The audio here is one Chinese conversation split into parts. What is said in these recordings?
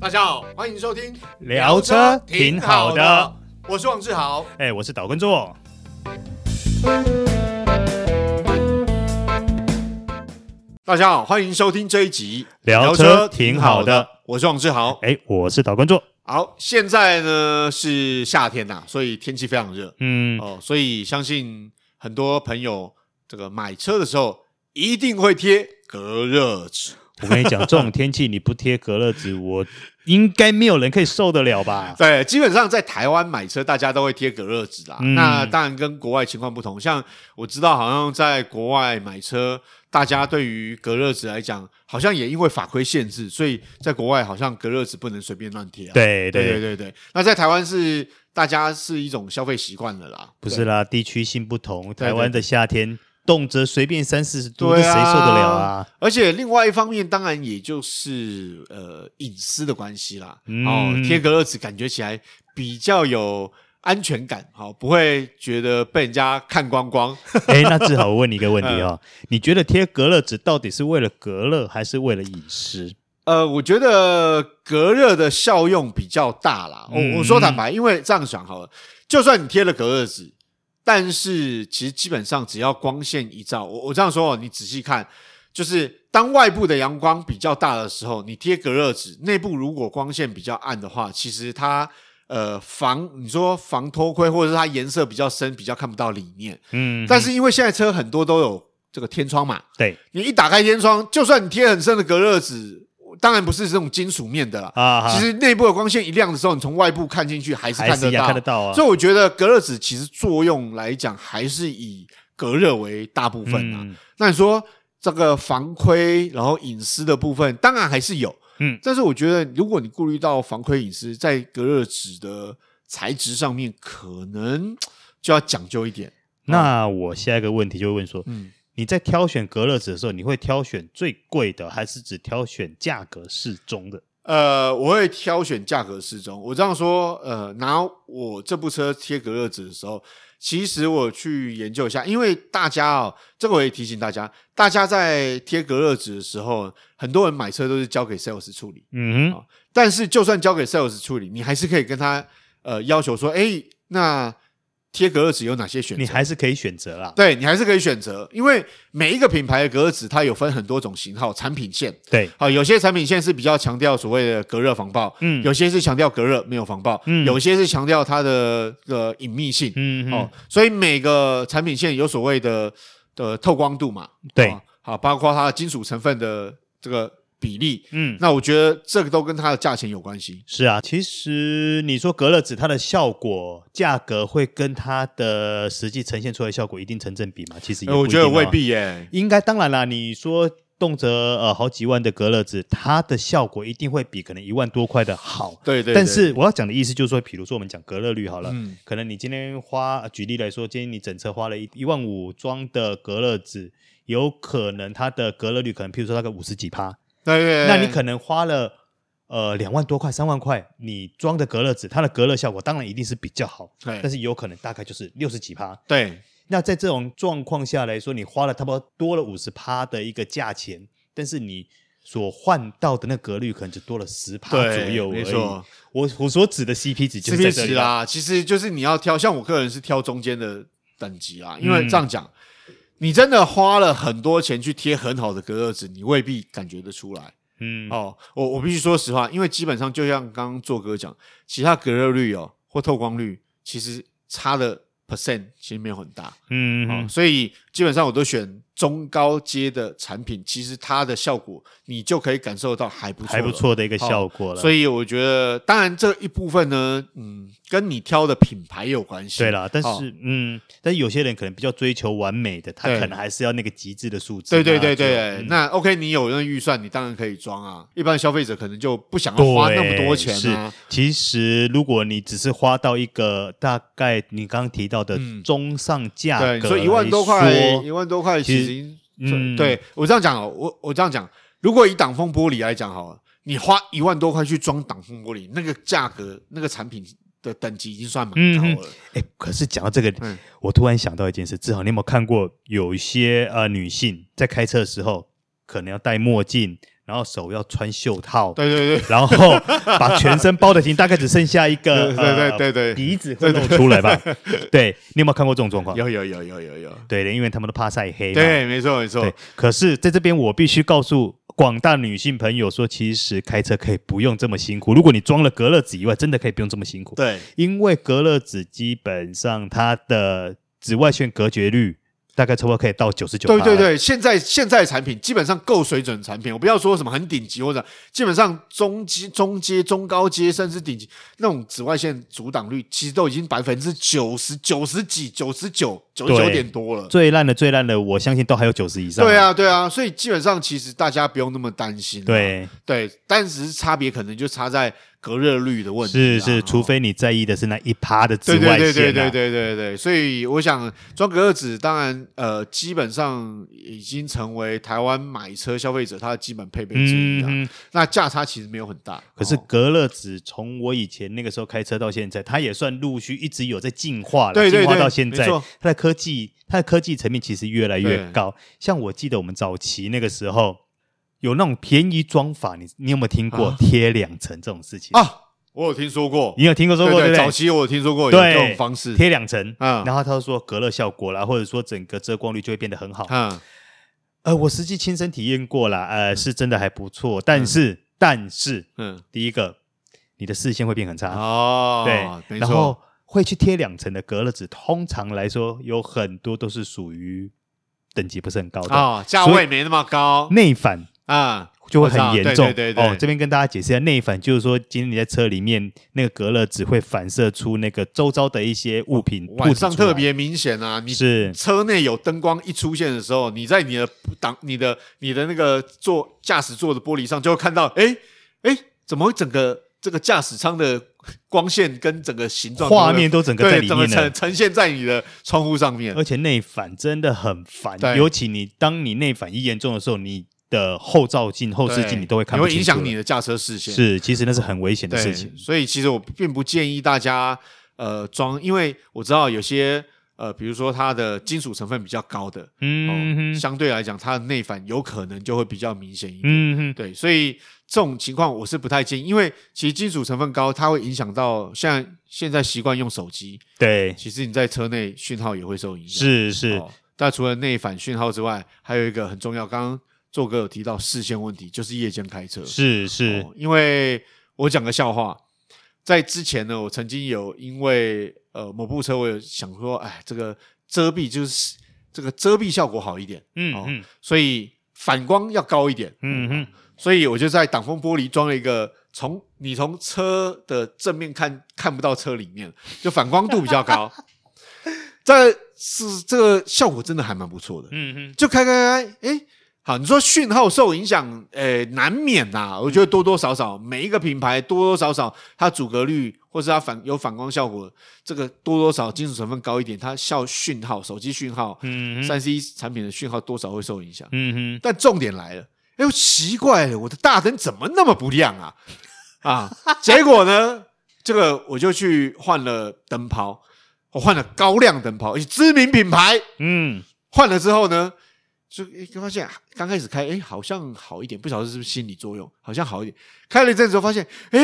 大家好，欢迎收听聊车挺好的，，我是王志豪。哎、我是岛根座。大家好，欢迎收听这一集聊车挺好的，我是王志豪。哎、我是岛根座。好，现在呢是夏天呐、所以天气非常热嗯，哦，所以相信很多朋友这个买车的时候一定会贴隔热纸。我跟你讲，这种天气你不贴隔热纸，我应该没有人可以受得了吧？对，基本上在台湾买车，大家都会贴隔热纸啦。嗯那当然跟国外情况不同，像我知道，好像在国外买车，大家对于隔热纸来讲，好像也因为法规限制，所以在国外好像隔热纸不能随便乱贴、啊。对对对对对对那在台湾是大家是一种消费习惯了啦，不是啦，地区性不同，对台湾的夏天动辄随便三四十度，对那啊谁受得了啊？而且另外一方面，当然也就是呃隐私的关系啦。嗯哦，贴隔热纸感觉起来比较有安全感，好、不会觉得被人家看光光。哎、那志豪，我问你一个问题嗯哦，你觉得贴隔热纸到底是为了隔热，还是为了隐私？呃，我觉得隔热的效用比较大啦。我、嗯我说坦白，因为这样想好了，就算你贴了隔热纸，但是其实基本上只要光线一照，我我这样说哦，你仔细看，就是当外部的阳光比较大的时候，你贴隔热纸，内部如果光线比较暗的话，其实它呃防你说防偷窥，或者是它颜色比较深，比较看不到里面。嗯，但是因为现在车很多都有这个天窗嘛，对你一打开天窗，就算你贴很深的隔热纸，当然不是这种金属面的啦。啊，其实内部的光线一亮的时候，你从外部看进去还是还看是得一样到。看得到啊。所以我觉得隔热纸其实作用来讲，还是以隔热为大部分啊。嗯那你说这个防窥，然后隐私的部分，当然还是有。嗯，但是我觉得如果你顾虑到防窥隐私，在隔热纸的材质上面，可能就要讲究一点。那我下一个问题就会问说，嗯，你在挑选隔热纸的时候，你会挑选最贵的，还是只挑选价格适中的？呃，我会挑选价格适中。我这样说，呃，拿我这部车贴隔热纸的时候，其实我去研究一下，因为大家哦，这个我也提醒大家，大家在贴隔热纸的时候，很多人买车都是交给 sales 处理，嗯哼但是就算交给 sales 处理，你还是可以跟他呃要求说，哎，那贴隔热纸有哪些选择？你还是可以选择啦。对你还是可以选择，因为每一个品牌的隔热纸它有分很多种型号、产品线。对，好，有些产品线是比较强调所谓的隔热防爆，嗯有些是强调隔热没有防爆，嗯有些是强调它的呃隐秘性，嗯哦，，所以每个产品线有所谓的的透光度嘛，对哦好，包括它的金属成分的这个比例，嗯，那我觉得这个都跟它的价钱有关系，是啊。其实你说隔热纸它的效果价格会跟它的实际呈现出来的效果一定成正比吗？其实也呃不我一觉定哦得未，必耶，应该当然啦。你说动辄呃好几万的隔热纸，它的效果一定会比可能一万多块的好。对对，但对是我要讲的意思就是说，比如说我们讲隔热率好了，嗯可能你今天花，呃举例来说，今天你整车花了一一万五装的隔热纸，有可能它的隔热率可能，譬如说那个五十几趴，对对，对那你可能花了呃两万多块、三万块，你装的隔热纸，它的隔热效果当然一定是比较好，对但是有可能大概就是六十几趴。对那在这种状况下来说，你花了差不多多了五十趴的一个价钱，但是你。所换到的那个隔率可能就多了十趴左对右而没已，错。我我所指的 CP 值就四是在 P 这值里啊啦。啦，啊其实就是你要挑，像我个人是挑中间的等级啦，因为嗯这样讲，你真的花了很多钱去贴很好的隔热纸，你未必感觉得出来。嗯，哦，我我必须说实话，因为基本上就像刚刚做哥讲，其他隔热率哦或透光率其实差的 percent 其实没有很大，嗯哦嗯，所以基本上我都选中高阶的产品，其实它的效果你就可以感受到还不错，还不。错的一个效果了。所以以我觉得，当然这一部分呢，嗯，跟你挑的品牌有关系。对啦，但是、哦嗯，但是有些人可能比较追求完美的，他对可能还是要那个极致的数字。对对那对就对，嗯那 OK，你有那预算，你当然可以装啊。一般消费者可能就不想要花那么多钱啊是。，其实如果你只是花到一个大概你刚刚提到的嗯中上价格对，你来说，说一万多块，一万多块其其实已经，嗯对我这样讲哦，我我这样讲，如果以挡风玻璃来讲好了，你花一万多块去装挡风玻璃，那个价格，那个产品的等级已经算蛮嗯高了。哎，可是讲到这个，嗯我突然想到一件事，志豪，你有没有看过有一些呃女性在开车的时候，可能要戴墨镜，然后手要穿袖套，对对对， 然后把全身包得紧，大概只剩下一个，对对对对对呃鼻子会露出 来吧？对，你有没有看过这种状况？有有有有有有，对，因为他们都怕晒黑嘛。对，没错没错对，，可是在这边我必须告诉广大女性朋友说，其实开车可以不用这么辛苦。如果你装了隔热纸以外，真的可以不用这么辛苦。对，因为隔热纸基本上它的紫外线隔绝率大概差不多可以到九十九。对对，对，现在现在的产品基本上够水准的产品，我不要说什么很顶级或者基本上中阶、中阶、中高阶甚至顶级那种紫外线阻挡率，其实都已经百分之九十九十几、九十九、九十九对点多了。最烂的最烂的，我相信都还有九十以上。对，啊，对啊，所以基本上其实大家不用那么担心。啊对，对，但只是差别可能就差在隔热率的问题啊是啦。是，除非你在意的是那一趴的紫对对外线、对啊。对对对对对，所以我想装隔热纸，当然呃，基本上已经成为台湾买车消费者它的基本配备之一嗯啊。嗯，那价差其实没有很大，可是哦隔热纸从我以前那个时候开车到现在，它也算陆续一直有在进化了，对对进化对到现没在错，它的科技它的科技层面其实越来越对高。像我记得我们早期那个时候有那种便宜装法，你你有没有听过啊贴两层这种事情？啊，我有听说过，你有听过说过对不早对？期我有听说过有对这种方式，贴两层，嗯然后他说隔热效果啦，或者说整个遮光率就会变得很好。嗯，呃，我实际亲身体验过啦，呃，是真的还不错，但是、但是嗯，第一个，你的视线会变很差。哦，啊对，没然错后，会去贴两层的隔热纸，通常来说有很多都是属于等级不是很高的，哦，价所位以没那么高内反啊，就会我知道很严重。对对对对哦，这边跟大家解释一下，内反就是说，今天你在车里面那个隔热纸会反射出那个周遭的一些物品，哦晚上物质出来特别明显啊，你是车内有灯光一出现的时候，你在你的挡、你的、你的那个座驾驶座的玻璃上就会看到，哎哎，怎么会整个这个驾驶舱的光线跟整个形状画面都整个在对里整个面呈了。呈现在你的窗户上面？而且内反真的很烦，对尤其你当你内反一严重的时候，你的后照镜、后视对镜你都会看你不会清影楚了。响你的驾车视线。是，其实那是很危险的对，事情。所以其实我并不建议大家呃装，因为我知道有些呃，比如说它的金属成分比较高的，嗯哦，哼，相对来讲它的内反有可能就会比较明显一点。嗯哼，对，所以这种情况我是不太建议，因为其实金属成分高，它会影响到像现在习惯用手机，对，其实你在车内讯号也会受影响。是是，哦，那、除了内反讯号之外，还有一个很重要，刚刚做哥有提到视线问题，就是夜间开车。是是，哦因为我讲个笑话，在之前呢，我曾经有因为呃某部车，我有想说，哎，这个遮蔽就是这个遮蔽效果好一点，嗯哦嗯所以反光要高一点，嗯哼，所以我就在挡风玻璃装了一个从你从车的正面看看不到车里面，就反光度比较高。这是这个效果真的还蛮不错的，嗯哼，就开开开，哎，好，你说讯号受影响，呃，难免呐、我觉得多多少少，每一个品牌多多少少，它阻隔率或是它反有反光效果，这个多多少金属成分高一点，它效讯号、手机讯号、嗯哼，三 C 产品的讯号多少会受影响。嗯哼，但重点来了，哎呦，奇怪了，我的大灯怎么那么不亮啊？啊， 结果呢，这个我就去换了灯泡，我换了高亮灯泡，而且知名品牌。嗯，换了之后呢，就诶发现刚开始开，哎，好像好一点，不晓得是不是心理作用，好像好一点。开了一阵子之后发现，哎，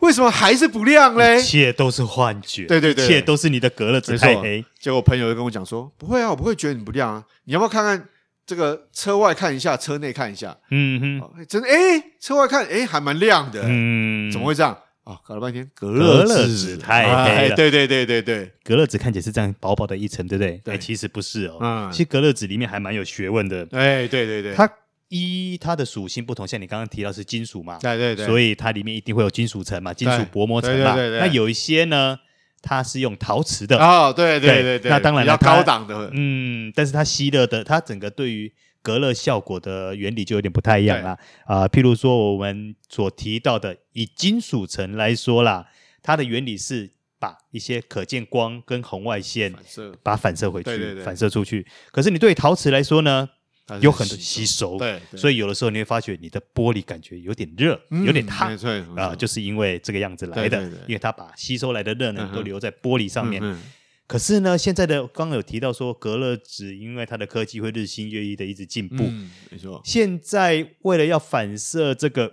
为什么还是不亮嘞一？切都是幻觉，对对对一切都是你的隔热纸太黑，结果朋友就跟我讲说，不会啊，我不会觉得你不亮啊，你要不要看看这个车外看一下，车内看一下？嗯哼，哦、真的，哎，车外看，哎，还蛮亮的，嗯，怎么会这样？啊、搞了半天隔热热纸太黑了哎对对对对对，隔热纸看起来是这样薄薄的一层，对不对？对哎其实不是哦嗯，其实隔热纸里面还蛮有学问的，哎，对对对，它依它的属性不同，像你刚刚提到是金属嘛，哎对对对，所以以它里面一定会有金属层嘛，金属对薄膜层嘛，对对对对那有一些呢，它是用陶瓷的，哦，对对对对对，那当然比较了它高档的，嗯，但是它吸热的，它整个对于隔热效果的原理就有点不太一样啦。啊、譬如说我们所提到的，以金属层来说啦，它的原理是把一些可见光跟红外线反射把它反射回去，对对对反射出去。可是你对陶瓷来说呢，它是有很多吸收，对对嗯所以有的时候你会发觉你的玻璃感觉有点热，有点烫啊没。错没错啊、就是因为这个样子来对的，对对因为它把吸收来的热能嗯哼都留在玻璃上面，嗯嗯可是呢，现在的刚刚有提到说，隔热纸因为它的科技会日新月异的一直进步，嗯，没错，现在为了要反射这个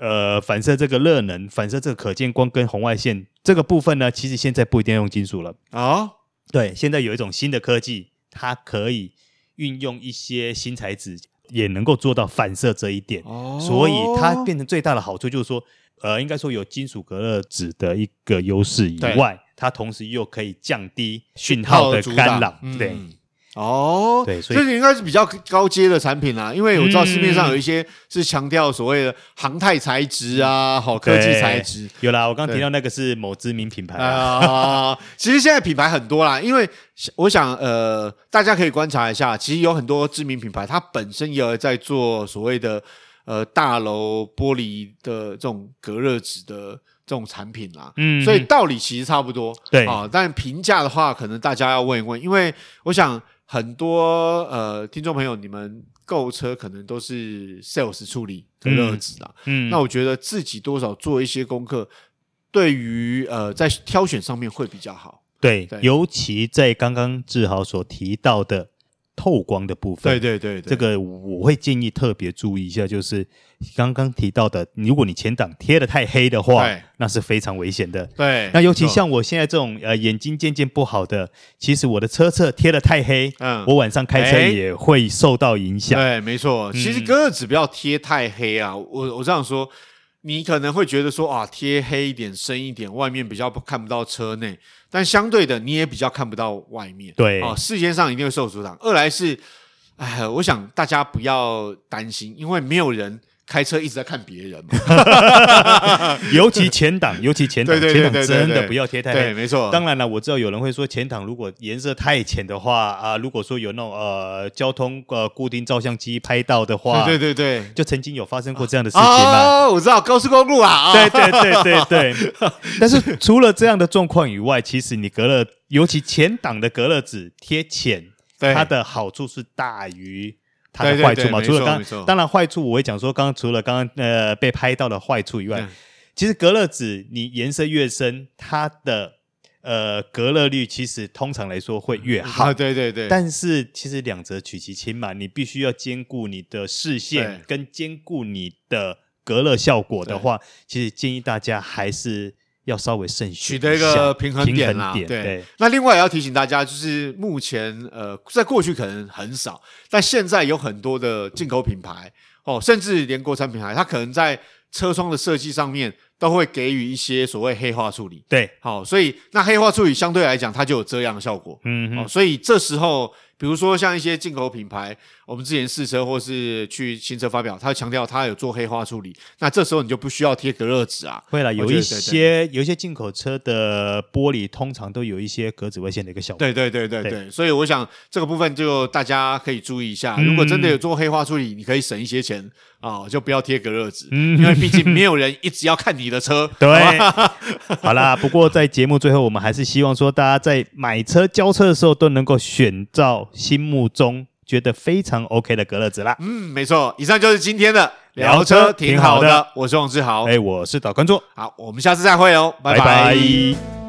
呃反射这个热能，反射这个可见光跟红外线这个部分呢，其实现在不一定要用金属了。哦，对，现在有一种新的科技，它可以运用一些新材质，也能够做到反射这一点。哦，所以它变成最大的好处就是说，呃，应该说有金属隔热纸的一个优势以对外，它同时又可以降低讯号的干扰。嗯对，哦，对所所以以应该是比较高阶的产品啊啦，因为我知道市面上有一些是强调所谓的航太材质啊，嗯好科技对材质有啦，我刚刚提对到那个是某知名品牌啊、啊、其实现在品牌很多啦，因为我想呃，大家可以观察一下，其实有很多知名品牌，它本身也有在做所谓的呃大楼玻璃的这种隔热纸的这种产品啦。嗯，所以道理其实差不多。对啊，但评价的话，可能大家要问一问，因为我想很多呃听众朋友，你们购车可能都是 sales 处理隔热纸啦。嗯，啊那我觉得自己多少做一些功课，对于呃在挑选上面会比较好。对，对尤其在刚刚志豪所提到的透光的部分，对对对这个我会建议特别注意一下，就是刚刚提到的，如果你前挡贴的太黑的话对，那是非常危险的。对，那尤其没错像我现在这种呃眼睛渐渐不好的，其实我的车侧贴的太黑，嗯我晚上开车哎也会受到影响。对，没嗯错。其实隔热纸不要贴太黑啊，我我这样说，你可能会觉得说啊，贴黑一点、深一点，外面比较不看不到车内，但相对的你也比较看不到外面。对啊，视线上一定会受阻挡。二来是，哎，我想大家不要担心，因为没有人。开车一直在看别人嘛， 尤其前挡， 尤其前挡，对嗯对对前挡对对，真的对不要贴太黑对，。没错，当然了，我知道有人会说前挡如果颜色太浅的话啊，如果说有那种呃交通呃固定照相机拍到的话，对对对对，就曾经有发生过这样的事情嘛。哦，我知道高速公路啊， 啊对对对对 对，但是除了这样的状况以外，其实你隔热，尤其前挡的隔热纸贴浅，对它的好处是大于它对的哎对坏处嘛。对除没了错刚没错当然坏处，我会讲说，刚刚除了刚刚呃被拍到的坏处以外嗯，其实隔热纸你颜色越深，它的呃隔热率其实通常来说会越好。啊，对对对，但是其实两者取其轻嘛，你必须要兼顾你的视线对跟兼顾你的隔热效果的话，其实建议大家还是要稍微慎选下，取得一个平衡点点啦。对对，那另外也要提醒大家，就是目前呃，在过去可能很少，但现在有很多的进口品牌哦，甚至连国产品牌，它可能在车窗的设计上面都会给予一些所谓黑化处理。对好、所以那黑化处理相对来讲，它就有遮阳的效果。嗯哦，哼，所以这时候，比如说像一些进口品牌，我们之前试车或是去新车发表，它强调它有做黑化处理，那这时候你就不需要贴隔热纸啊。会啦，觉得有一对对些有一些进口车的玻璃通常都有一些隔紫外线的一个效果。对对对对对对，所以我想这个部分就大家可以注意一下。如果真嗯的有做黑化处理，你可以省一些钱啊、就不要贴隔热纸，因为毕竟没有人一直要看你的车。嗯 对，好啦。不过在节目最后，我们还是希望说，大家在买车、交车的时候都能够选到心目中觉得非常 OK 的隔热纸啦。嗯，没错。以上就是今天的聊聊车车，挺挺好好的的。我是王志豪，哎，我是导观众，好，我们下次再会哦，拜拜拜